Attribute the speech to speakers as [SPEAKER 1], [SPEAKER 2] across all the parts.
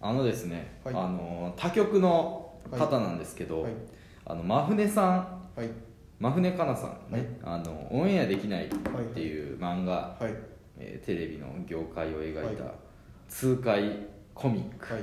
[SPEAKER 1] あのですね、
[SPEAKER 2] はい
[SPEAKER 1] あの他局の方なんですけど、
[SPEAKER 2] はい
[SPEAKER 1] あの真船さん
[SPEAKER 2] はい
[SPEAKER 1] 真船かなさんね、あのオンエアできないっ
[SPEAKER 2] はい
[SPEAKER 1] ていう漫画、
[SPEAKER 2] はい
[SPEAKER 1] えーテレビの業界を描いた
[SPEAKER 2] はい
[SPEAKER 1] 痛快コミック、
[SPEAKER 2] はい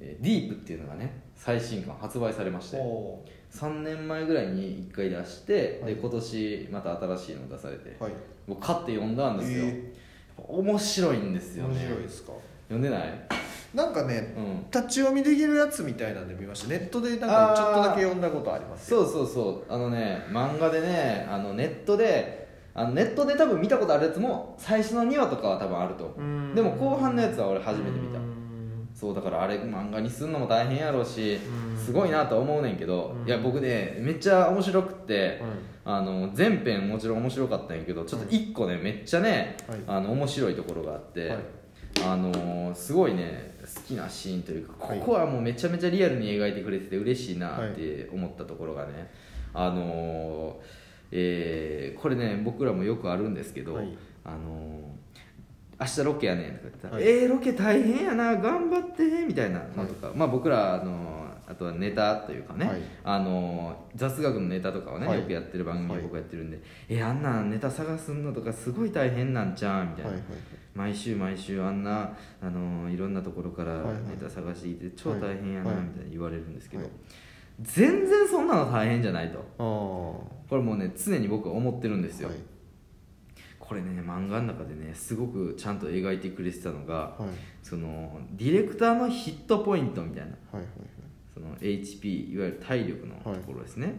[SPEAKER 1] えーディープっていうのがね最新刊発売されまして
[SPEAKER 2] お
[SPEAKER 1] 3年前ぐらいに1回出して、
[SPEAKER 2] はい
[SPEAKER 1] で今年また新しいの出されて、
[SPEAKER 2] ーはい
[SPEAKER 1] 僕買って読んだんですよ、
[SPEAKER 2] え
[SPEAKER 1] 面白いんですよ
[SPEAKER 2] 面
[SPEAKER 1] ね
[SPEAKER 2] 白いですか
[SPEAKER 1] 読んでない
[SPEAKER 2] なんかね
[SPEAKER 1] うん
[SPEAKER 2] 立ち読みできるやつみたいなんで見ましたネットでなんかちょっとだけ読んだことありますよ
[SPEAKER 1] そうそうそうあのね漫画でねあのネットであのネットで多分見たことあるやつも最初の2話とかは多分あると
[SPEAKER 2] うん
[SPEAKER 1] でも後半のやつは俺初めて見た
[SPEAKER 2] うん
[SPEAKER 1] そうだからあれ漫画にすんのも大変やろうし
[SPEAKER 2] うん
[SPEAKER 1] すごいなとは思うねんけど
[SPEAKER 2] うん
[SPEAKER 1] いや僕ねめっちゃ面白くって
[SPEAKER 2] う
[SPEAKER 1] あの全編もちろん面白かったんやけどちょっと1個ねめっちゃね
[SPEAKER 2] はい
[SPEAKER 1] あの面白いところがあって
[SPEAKER 2] はい
[SPEAKER 1] あのーすごいね好きなシーンというかこ
[SPEAKER 2] はい
[SPEAKER 1] こはもうめちゃめちゃリアルに描いてくれてて嬉しいなって思ったところがね、あのーえーこれね僕らもよくあるんですけど、
[SPEAKER 2] はい
[SPEAKER 1] あのー明日ロケやねんとか言ったら「
[SPEAKER 2] はい
[SPEAKER 1] えー、ロケ大変やな頑張って」みたいなのとか、まあ僕ら、あのーあとはネタというかね、
[SPEAKER 2] はい
[SPEAKER 1] あのー雑学のネタとかをね、
[SPEAKER 2] はい
[SPEAKER 1] よくやってる番組
[SPEAKER 2] はい
[SPEAKER 1] 僕やってるんで「えーあんなネタ探すのとかすごい大変なんちゃう」みたいな。
[SPEAKER 2] はいはい
[SPEAKER 1] 毎週毎週あんな、あのーいろんなところから
[SPEAKER 2] はいはい
[SPEAKER 1] ネタ探していて超大変やな
[SPEAKER 2] はいはい
[SPEAKER 1] みたいな言われるんですけど、
[SPEAKER 2] はい
[SPEAKER 1] 全然そんなの大変じゃないと
[SPEAKER 2] あー
[SPEAKER 1] これもうね常に僕は思ってるんですよ、
[SPEAKER 2] はい
[SPEAKER 1] これね漫画の中でねすごくちゃんと描いてくれてたのが
[SPEAKER 2] はい
[SPEAKER 1] そのディレクターのヒットポイントみたいな
[SPEAKER 2] はいはい
[SPEAKER 1] その HP いわゆる体力のと
[SPEAKER 2] はい
[SPEAKER 1] ころですね、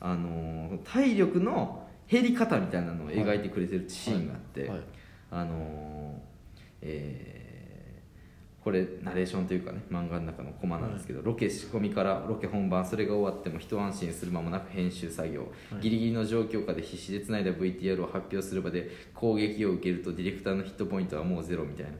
[SPEAKER 1] あのー体力の減り方みたいなのを描いてくれてるシーンがあって、
[SPEAKER 2] はい
[SPEAKER 1] あのーえーこれナレーションというかね漫画の中のコマなんですけど、ロケ仕込みからロケ本番それが終わっても一安心する間もなく編集作業、
[SPEAKER 2] はい
[SPEAKER 1] ギリギリの状況下で必死で繋いだ VTR を発表する場で攻撃を受けるとディレクターのヒットポイントはもうゼロみたいな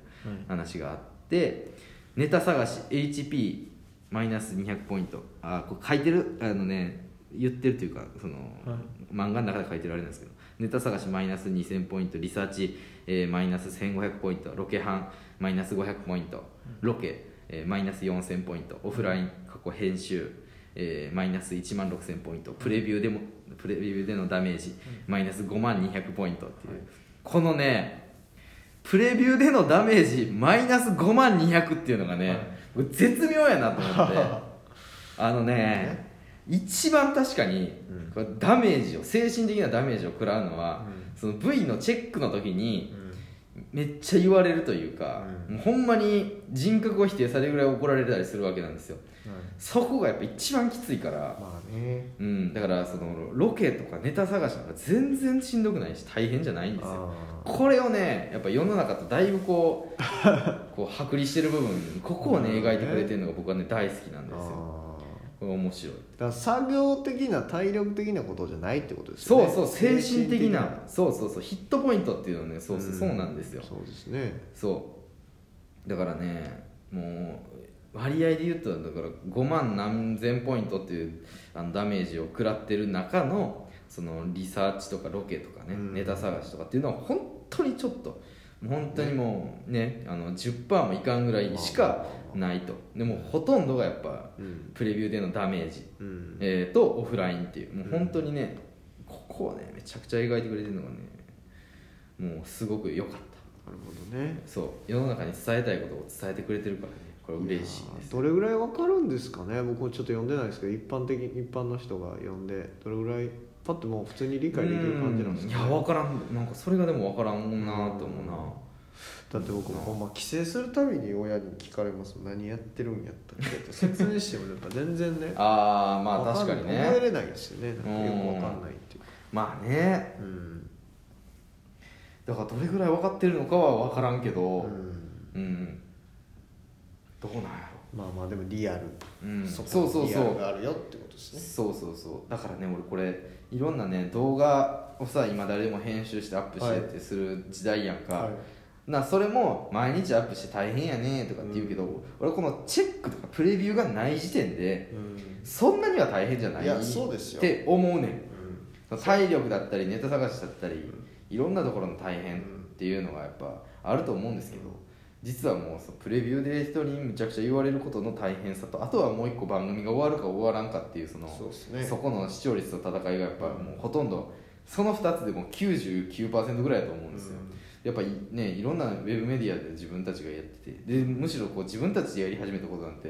[SPEAKER 1] 話があってネタ探し HP マイナス200ポイントあーこれ書いてるあのね言ってるというかその、
[SPEAKER 2] はい
[SPEAKER 1] 漫画の中で書いてるあれなんですけどネタ探しマイナス2000ポイントリサーチ、えーマイナス1500ポイントロケ班マイナス500ポイントロケ、えーマイナス4000ポイントオフライン過去編集、えーマイナス1万6000ポイントプレビューでもプレビューでのダメージマイナス5万200ポイントっていう、このねプレビューでのダメージマイナス5万200っていうのがね、
[SPEAKER 2] はい
[SPEAKER 1] 僕絶妙やなと思って あのね一番確かに
[SPEAKER 2] うん
[SPEAKER 1] これダメージを精神的なダメージを食らうのは、
[SPEAKER 2] う
[SPEAKER 1] その V のチェックの時に
[SPEAKER 2] うん
[SPEAKER 1] めっちゃ言われるというか、
[SPEAKER 2] うん
[SPEAKER 1] もうほんまに人格を否定されるぐらい怒られたりするわけなんですよそこがやっぱ一番きついから、
[SPEAKER 2] まあね
[SPEAKER 1] うん、だからそのロケとかネタ探しなんか全然しんどくないし大変じゃないんですよ
[SPEAKER 2] あ
[SPEAKER 1] これをねやっぱ世の中とだいぶこ うこう剥離してる部分ここをね描いてくれてるのが僕はね大好きなん
[SPEAKER 2] ー
[SPEAKER 1] ですよ
[SPEAKER 2] あー
[SPEAKER 1] これ面白い
[SPEAKER 2] だから作業的な体力的なことじゃないってことですよ
[SPEAKER 1] そ
[SPEAKER 2] ね
[SPEAKER 1] うそう精神的なそうそうそうヒットポイントっていうのはねそうそうそうなんですよ
[SPEAKER 2] そうですね
[SPEAKER 1] そうだからねもう割合で言うとだから5万何千ポイントっていうあのダメージを食らってる中のそのリサーチとかロケとかね、
[SPEAKER 2] うん
[SPEAKER 1] ネタ探しとかっていうのは本当にちょっともう本当にもうねあの10%もいかんぐらいしかないとでもほとんどがやっぱ
[SPEAKER 2] うん
[SPEAKER 1] プレビューでのダメージ
[SPEAKER 2] うん
[SPEAKER 1] えー、とオフラインっていうもう本当にね、ここをねめちゃくちゃ描いてくれてるのがねもうすごく良かっ
[SPEAKER 2] なるほどね
[SPEAKER 1] たそう世の中に伝えたいことを伝えてくれてるからねこれ嬉しい
[SPEAKER 2] や
[SPEAKER 1] で
[SPEAKER 2] ー
[SPEAKER 1] す
[SPEAKER 2] どれぐらいわかるんですかね僕もちょっと読んでないですけど一般的一般の人が読んでどれぐらいパッともう普通に理解できる感じなんですか、
[SPEAKER 1] う
[SPEAKER 2] ね、
[SPEAKER 1] いや分からんなんかそれがでも分からんなと思うな、
[SPEAKER 2] だって僕もほんま帰省するたびに親に聞かれますもん何やってるんやったっけって説明してもやっぱ全然ね
[SPEAKER 1] ああ まあ
[SPEAKER 2] わ
[SPEAKER 1] 確
[SPEAKER 2] んな
[SPEAKER 1] か
[SPEAKER 2] い
[SPEAKER 1] に
[SPEAKER 2] 覚え
[SPEAKER 1] ね
[SPEAKER 2] れないですよねなんかよくわかんないっていう
[SPEAKER 1] まあね
[SPEAKER 2] うん
[SPEAKER 1] だからどれぐらい分かってるのかは分からんけど
[SPEAKER 2] う
[SPEAKER 1] うん、
[SPEAKER 2] ん
[SPEAKER 1] どうなんや
[SPEAKER 2] まあまあでもリアル、
[SPEAKER 1] ろ、うん、
[SPEAKER 2] そ
[SPEAKER 1] そう
[SPEAKER 2] こ
[SPEAKER 1] そう
[SPEAKER 2] にリア
[SPEAKER 1] そ
[SPEAKER 2] ル
[SPEAKER 1] う
[SPEAKER 2] があるよってことですね
[SPEAKER 1] そうそうそうだからね俺これいろんなね動画をさ今誰でも編集してアップしてってする時代やんか、なそれも毎日アップして大変やねとかって言うけど、俺このチェックとかプレビューがない時点で
[SPEAKER 2] うん
[SPEAKER 1] そんなには大変じゃない
[SPEAKER 2] いやそうですよ
[SPEAKER 1] って思うねん
[SPEAKER 2] うん
[SPEAKER 1] 体力だったりネタ探しだったりいろんなところの大変っていうのがやっぱあると思うんですけど、実はもうそのプレビューで人にむちゃくちゃ言われることの大変さとあとはもう一個番組が終わるか終わらんかっていうその
[SPEAKER 2] そうですね
[SPEAKER 1] そこの視聴率と戦いがやっぱもうほとんどその2つでもう99%ぐらいだと思うんですよ、やっぱりねいろんなウェブメディアで自分たちがやっててでむしろこう自分たちでやり始めたことなんて、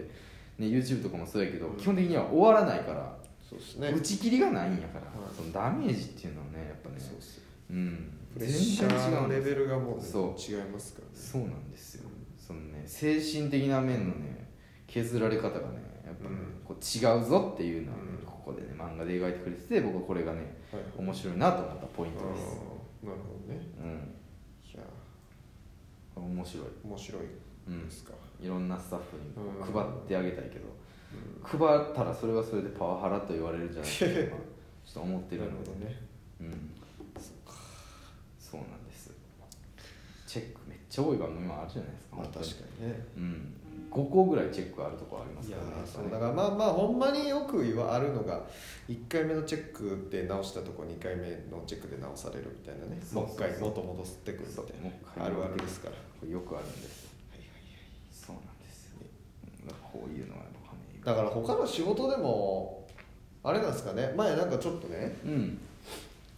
[SPEAKER 1] ね、YouTube とかもそうやけど、
[SPEAKER 2] うん
[SPEAKER 1] 基本的には終わらないから、
[SPEAKER 2] そうですね
[SPEAKER 1] 打ち切りがないんやから、
[SPEAKER 2] はい
[SPEAKER 1] そのダメージっていうのはねやっぱね
[SPEAKER 2] そうっすよ
[SPEAKER 1] うん
[SPEAKER 2] プレッシャーのレ
[SPEAKER 1] 全然違うんです
[SPEAKER 2] ベルがもう,、
[SPEAKER 1] そ
[SPEAKER 2] 違いますからね
[SPEAKER 1] そうなんですよそのね精神的な面のね削られ方がねやっぱね、
[SPEAKER 2] う
[SPEAKER 1] こう違うぞっていうのはね、
[SPEAKER 2] うん
[SPEAKER 1] ここでね漫画で描いてくれてて僕はこれがね
[SPEAKER 2] はい
[SPEAKER 1] 面白いなと思ったポイン
[SPEAKER 2] あ
[SPEAKER 1] トです
[SPEAKER 2] ーなるほどね
[SPEAKER 1] うん
[SPEAKER 2] いや
[SPEAKER 1] 面白い
[SPEAKER 2] 面白い
[SPEAKER 1] うん
[SPEAKER 2] ですか、
[SPEAKER 1] いろんなスタッフに
[SPEAKER 2] うん
[SPEAKER 1] 配ってあげたいけど、
[SPEAKER 2] う
[SPEAKER 1] 配
[SPEAKER 2] ん
[SPEAKER 1] ったらそれはそれでパワハラと言われるんじゃないかなちょっと思ってる
[SPEAKER 2] なる
[SPEAKER 1] の
[SPEAKER 2] ほ
[SPEAKER 1] で
[SPEAKER 2] どね
[SPEAKER 1] うんそうなんですチェックめっちゃ多い番組もあるじゃないですか、
[SPEAKER 2] まあ
[SPEAKER 1] 本当
[SPEAKER 2] 確かにね
[SPEAKER 1] うん、5個ぐらいチェックあるとこありま
[SPEAKER 2] い
[SPEAKER 1] す
[SPEAKER 2] や
[SPEAKER 1] からね
[SPEAKER 2] ーそう
[SPEAKER 1] や
[SPEAKER 2] だ
[SPEAKER 1] っ
[SPEAKER 2] か
[SPEAKER 1] ぱ
[SPEAKER 2] ら
[SPEAKER 1] ね
[SPEAKER 2] まあまあほんまによく言わあるのが1回目のチェックで直したとこ2回目のチェックで直されるみたいなね
[SPEAKER 1] そうそうそう
[SPEAKER 2] もう一回元戻ってくるみた
[SPEAKER 1] そう
[SPEAKER 2] い
[SPEAKER 1] もう一
[SPEAKER 2] な
[SPEAKER 1] 回
[SPEAKER 2] あるあるですから
[SPEAKER 1] これよくあるんですそうなんですようんだからこういうのは僕はね
[SPEAKER 2] だから他の仕事でもあれなんですかね前なんかちょっとね
[SPEAKER 1] うん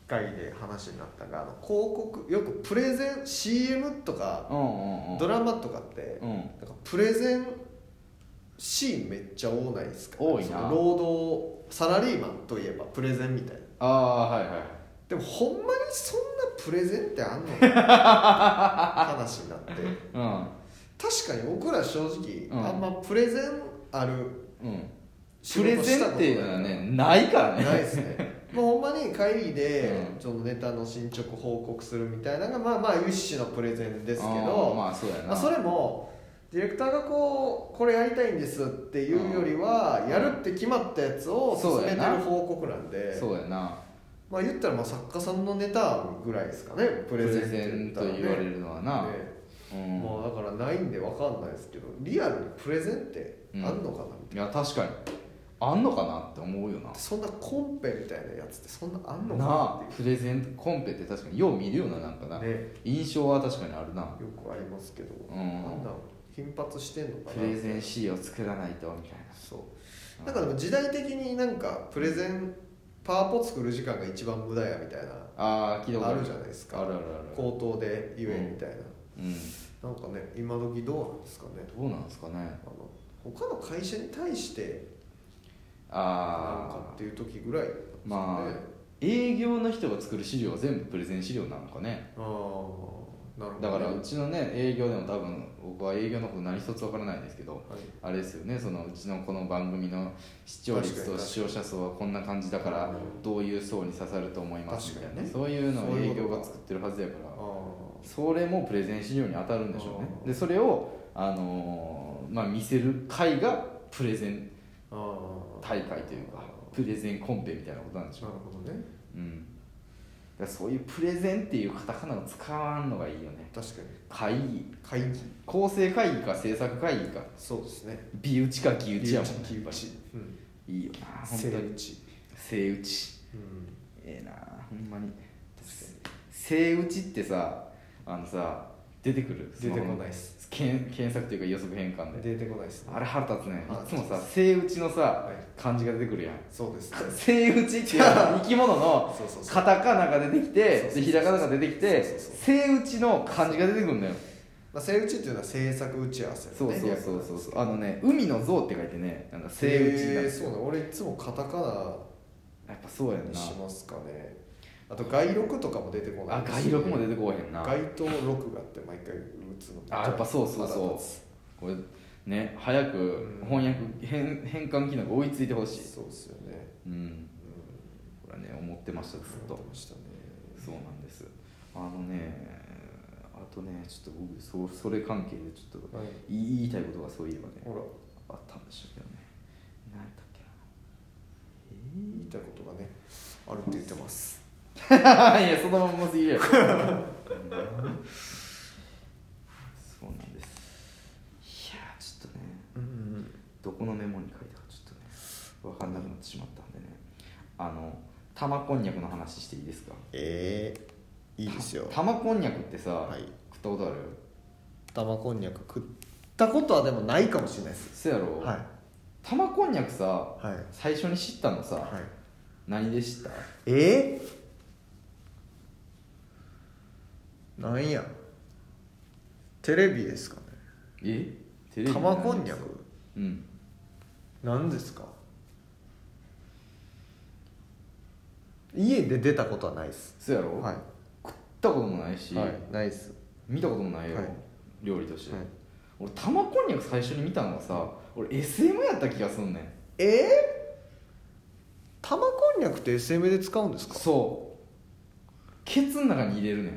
[SPEAKER 2] 会議で話になったがあの広告よくプレゼン CM とか
[SPEAKER 1] うんうんうん
[SPEAKER 2] ドラマとかって
[SPEAKER 1] うんうん
[SPEAKER 2] なんかプレゼンシーンめっちゃ多ないですか
[SPEAKER 1] 多いな
[SPEAKER 2] その労働サラリーマンといえばプレゼンみたいな
[SPEAKER 1] ああはいはい
[SPEAKER 2] でもほんまにそんなプレゼンってあんの 話になって
[SPEAKER 1] う
[SPEAKER 2] 確かに僕ら正直、
[SPEAKER 1] うん
[SPEAKER 2] あんまプレゼンある
[SPEAKER 1] んうん
[SPEAKER 2] 仕
[SPEAKER 1] プレ
[SPEAKER 2] 事し
[SPEAKER 1] ゼ
[SPEAKER 2] た
[SPEAKER 1] ン
[SPEAKER 2] こ
[SPEAKER 1] っ
[SPEAKER 2] と
[SPEAKER 1] ていうのはねないから
[SPEAKER 2] な
[SPEAKER 1] ね
[SPEAKER 2] いで すねもうほんまに会議で、
[SPEAKER 1] うん
[SPEAKER 2] そのネタの進捗報告するみたいなのがまあまあ一種のプレゼンですけ
[SPEAKER 1] あ
[SPEAKER 2] ど
[SPEAKER 1] ーまあそうやな、
[SPEAKER 2] まあ、それもディレクターがこうこれやりたいんですっていうよりは、やるって決まったやつを進めてる報告なんで
[SPEAKER 1] そうやな
[SPEAKER 2] まあ言ったらまあ作家さんのネタぐらいですかね
[SPEAKER 1] プ
[SPEAKER 2] プレ
[SPEAKER 1] レ
[SPEAKER 2] ゼンって
[SPEAKER 1] ゼ
[SPEAKER 2] 言っ
[SPEAKER 1] ン
[SPEAKER 2] た
[SPEAKER 1] と
[SPEAKER 2] らね
[SPEAKER 1] 言われるのはな、
[SPEAKER 2] ね
[SPEAKER 1] うん、
[SPEAKER 2] まあだからないんで分かんないですけどリアルにプレゼンってあんのかなみたいな、
[SPEAKER 1] いや確かにあんのかなって思うよな
[SPEAKER 2] そんなコンペみたいなやつってそんなあんのか
[SPEAKER 1] な
[SPEAKER 2] な
[SPEAKER 1] あ
[SPEAKER 2] って
[SPEAKER 1] プレゼントコンペって確かによう見るようななんかな、
[SPEAKER 2] いうね
[SPEAKER 1] 印象は確かにあるな
[SPEAKER 2] よくありますけど、
[SPEAKER 1] うん
[SPEAKER 2] あんなん頻発してんのかな
[SPEAKER 1] プレゼン C を作らないとみたい
[SPEAKER 2] そう
[SPEAKER 1] な
[SPEAKER 2] なんかでも時代的になんかプレゼンパワポ作る時間が一番無駄やみたいな
[SPEAKER 1] ああ聞いたこと
[SPEAKER 2] あるじゃないですか
[SPEAKER 1] あるあるある
[SPEAKER 2] 口頭で言えみたいな、
[SPEAKER 1] うん
[SPEAKER 2] なんかね今時どうなんですかね
[SPEAKER 1] どうなんですかね
[SPEAKER 2] あの他の会社に対してなんか
[SPEAKER 1] あ
[SPEAKER 2] っ
[SPEAKER 1] あ
[SPEAKER 2] ていう時ぐらいなんですよね
[SPEAKER 1] まあ営業の人が作る資料は全部プレゼン資料なのかね
[SPEAKER 2] あーなるほどね
[SPEAKER 1] だから
[SPEAKER 2] はいう
[SPEAKER 1] ちのね営業でも多分僕は営業のこと何一つわからないんですけどあれですよねそのうちのこの番組の視聴率
[SPEAKER 2] 確
[SPEAKER 1] と
[SPEAKER 2] かに
[SPEAKER 1] 視聴者層はこんな感じだから
[SPEAKER 2] うん
[SPEAKER 1] どういう層に刺さると思いますみたいな
[SPEAKER 2] 確かに
[SPEAKER 1] ね
[SPEAKER 2] ね
[SPEAKER 1] そういうの
[SPEAKER 2] そ
[SPEAKER 1] を
[SPEAKER 2] ういう
[SPEAKER 1] 営
[SPEAKER 2] ことか
[SPEAKER 1] 業が作ってるはずやから
[SPEAKER 2] あー
[SPEAKER 1] それもプレゼン資料に当たるんでしょうね
[SPEAKER 2] あー
[SPEAKER 1] でそれを、あのーまあ、見せる会がプレゼン
[SPEAKER 2] あー
[SPEAKER 1] 大会というか
[SPEAKER 2] あ
[SPEAKER 1] プレゼンコンペみたいなことなんでし
[SPEAKER 2] ー
[SPEAKER 1] ょ
[SPEAKER 2] な
[SPEAKER 1] う
[SPEAKER 2] る、ほどね
[SPEAKER 1] うん、だからそういうプレゼンっていうカタカナを使わんのがいいよね
[SPEAKER 2] 確かに
[SPEAKER 1] 会議
[SPEAKER 2] 会議
[SPEAKER 1] 構成会議か制作会議か
[SPEAKER 2] そうですね
[SPEAKER 1] 美打ちか木打ちやもんね
[SPEAKER 2] 気
[SPEAKER 1] や
[SPEAKER 2] 打
[SPEAKER 1] っぱ
[SPEAKER 2] ちうん
[SPEAKER 1] りいいよな本当
[SPEAKER 2] 正
[SPEAKER 1] に
[SPEAKER 2] 打ち
[SPEAKER 1] 正打ち
[SPEAKER 2] うん
[SPEAKER 1] ええなほんまに正打ちってさあのさ出てくる
[SPEAKER 2] 出てこ
[SPEAKER 1] い
[SPEAKER 2] ないっす
[SPEAKER 1] 検検索というか予測変換で
[SPEAKER 2] 出てこないっすね
[SPEAKER 1] あれ腹立つね
[SPEAKER 2] 腹
[SPEAKER 1] いつ
[SPEAKER 2] 立つ
[SPEAKER 1] もさ正打ちのさ
[SPEAKER 2] はい
[SPEAKER 1] 漢字が出てくるやん
[SPEAKER 2] そう ですね
[SPEAKER 1] 正打ちっていうのは生き物の
[SPEAKER 2] そうそうそう
[SPEAKER 1] カタカナが出てきて
[SPEAKER 2] そうそうそ
[SPEAKER 1] で
[SPEAKER 2] う
[SPEAKER 1] ひらがなが出てきて
[SPEAKER 2] そうそうそう
[SPEAKER 1] 正打ちの漢字が出てくるんだよ
[SPEAKER 2] まあ、正打ちっていうのは制作打ち合わせ、ね、
[SPEAKER 1] そうそうそうそうそうあのね海の像って書いてねなんか正打ちにな
[SPEAKER 2] へ
[SPEAKER 1] る
[SPEAKER 2] ーそうなの俺いつもカタカ
[SPEAKER 1] やっぱそうや
[SPEAKER 2] ナ
[SPEAKER 1] ん
[SPEAKER 2] に
[SPEAKER 1] な
[SPEAKER 2] しますかねあと外録とかも出てこない
[SPEAKER 1] あ外録も出てこうへんな
[SPEAKER 2] 街頭録画って毎回打つの
[SPEAKER 1] あやっぱそうそうそう
[SPEAKER 2] 腹立つ
[SPEAKER 1] これね早く
[SPEAKER 2] うん
[SPEAKER 1] 翻訳変変換機能が追いついてほしい
[SPEAKER 2] そうっすよね
[SPEAKER 1] うん
[SPEAKER 2] うん
[SPEAKER 1] これはね思ってましたずっと
[SPEAKER 2] 思ってましたね
[SPEAKER 1] そうなんですあのねあとねちょっと僕そうそれ関係でちょっと
[SPEAKER 2] はい
[SPEAKER 1] 言いたいことがそういえばね
[SPEAKER 2] ほら
[SPEAKER 1] あったんでしょうけどね何だっけな
[SPEAKER 2] 言いたいことがねあるって言ってます
[SPEAKER 1] いやそのまんますぎる やろそうなんですいやーちょっとね
[SPEAKER 2] うん
[SPEAKER 1] どこのメモに書いたかちょっとね分かんなくなってしまったんでねあの玉こんにゃくの話していいですか
[SPEAKER 2] ええいいですよ
[SPEAKER 1] 玉こんにゃくってさ、
[SPEAKER 2] はい
[SPEAKER 1] 食ったことある
[SPEAKER 2] 玉こんにゃく食ったことはでもないかもしれないです
[SPEAKER 1] そやろ、
[SPEAKER 2] はい
[SPEAKER 1] 玉こんにゃくさ
[SPEAKER 2] はい
[SPEAKER 1] 最初に知ったのさ、
[SPEAKER 2] はい
[SPEAKER 1] 何でした
[SPEAKER 2] えー、なんやテレビですかね
[SPEAKER 1] えテレビ
[SPEAKER 2] 玉こんにゃく
[SPEAKER 1] うん
[SPEAKER 2] 何ですか家で出たことはないです
[SPEAKER 1] そうやろ、
[SPEAKER 2] は
[SPEAKER 1] 食ったこともないし、
[SPEAKER 2] い、はい、ないです
[SPEAKER 1] 見たこともないよ、
[SPEAKER 2] はい
[SPEAKER 1] 料理として、
[SPEAKER 2] はい
[SPEAKER 1] 俺玉こんにゃく最初に見たのはさ俺 SM やった気がすんねん
[SPEAKER 2] えー、玉こんにゃくって SM で使うんですか
[SPEAKER 1] そうケツの中に入れるね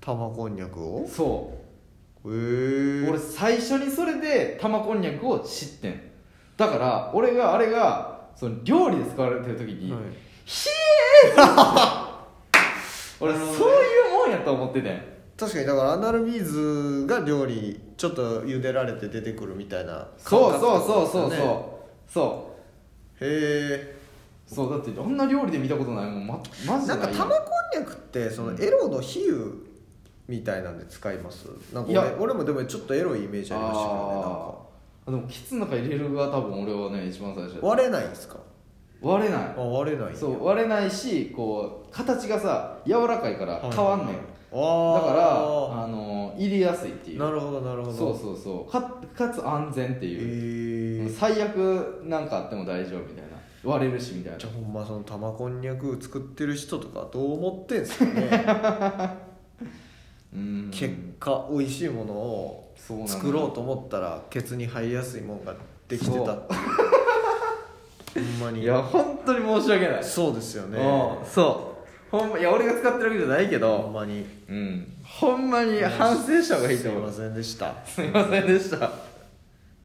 [SPEAKER 2] 玉こんにゃくを
[SPEAKER 1] んそう
[SPEAKER 2] えー、
[SPEAKER 1] 俺最初にそれで玉こんにゃくを知ってんだから俺があれがその料理で使われてる時に「
[SPEAKER 2] はい
[SPEAKER 1] ひえー! 」俺そういうもんやと思っててん
[SPEAKER 2] 確かにだからアナルビーズが料理ちょっと茹でられて出てくるみたいな
[SPEAKER 1] そう
[SPEAKER 2] 感
[SPEAKER 1] そう
[SPEAKER 2] 覚
[SPEAKER 1] そうそうそう、
[SPEAKER 2] ですよね
[SPEAKER 1] そ
[SPEAKER 2] へ
[SPEAKER 1] うそうだってあんな料理で見たことないもんまマ
[SPEAKER 2] え
[SPEAKER 1] ジで
[SPEAKER 2] なん
[SPEAKER 1] な
[SPEAKER 2] か
[SPEAKER 1] い
[SPEAKER 2] 玉こんにゃくってそのエロの比喩みたいなんで使いますなんか
[SPEAKER 1] い
[SPEAKER 2] 俺
[SPEAKER 1] や
[SPEAKER 2] 俺もでもちょっとエロいイメージありましたけどねなんか
[SPEAKER 1] あーでもキツの中入れるが多分俺はね一番最初
[SPEAKER 2] 割れないんですか
[SPEAKER 1] 割れない
[SPEAKER 2] あ割れないんや
[SPEAKER 1] そう割れないしこう形がさ柔らかいから変わんねん、だから
[SPEAKER 2] あ
[SPEAKER 1] あの入れやすいって
[SPEAKER 2] あ
[SPEAKER 1] いう
[SPEAKER 2] なるほどなるほど
[SPEAKER 1] そうそうそうかかつ安全って
[SPEAKER 2] へ
[SPEAKER 1] いう、
[SPEAKER 2] え
[SPEAKER 1] 最悪なんかあっても大丈夫みたいな割れるしみたいな
[SPEAKER 2] じゃあほんまその玉こんにゃく作ってる人とかどう思ってんすか ね
[SPEAKER 1] うん
[SPEAKER 2] 結果美味しいものを
[SPEAKER 1] そうなの
[SPEAKER 2] 作ろうと思ったらケツに入りやすいもんができてたっていうほんまに
[SPEAKER 1] いや本当に申し訳ない、
[SPEAKER 2] そうですよね
[SPEAKER 1] うんそうほんまいや俺が使ってるわけじゃないけ
[SPEAKER 2] ほん
[SPEAKER 1] ど
[SPEAKER 2] まに
[SPEAKER 1] うんほんまに反省した方がいいと思う
[SPEAKER 2] すいませんでした
[SPEAKER 1] すいませんでした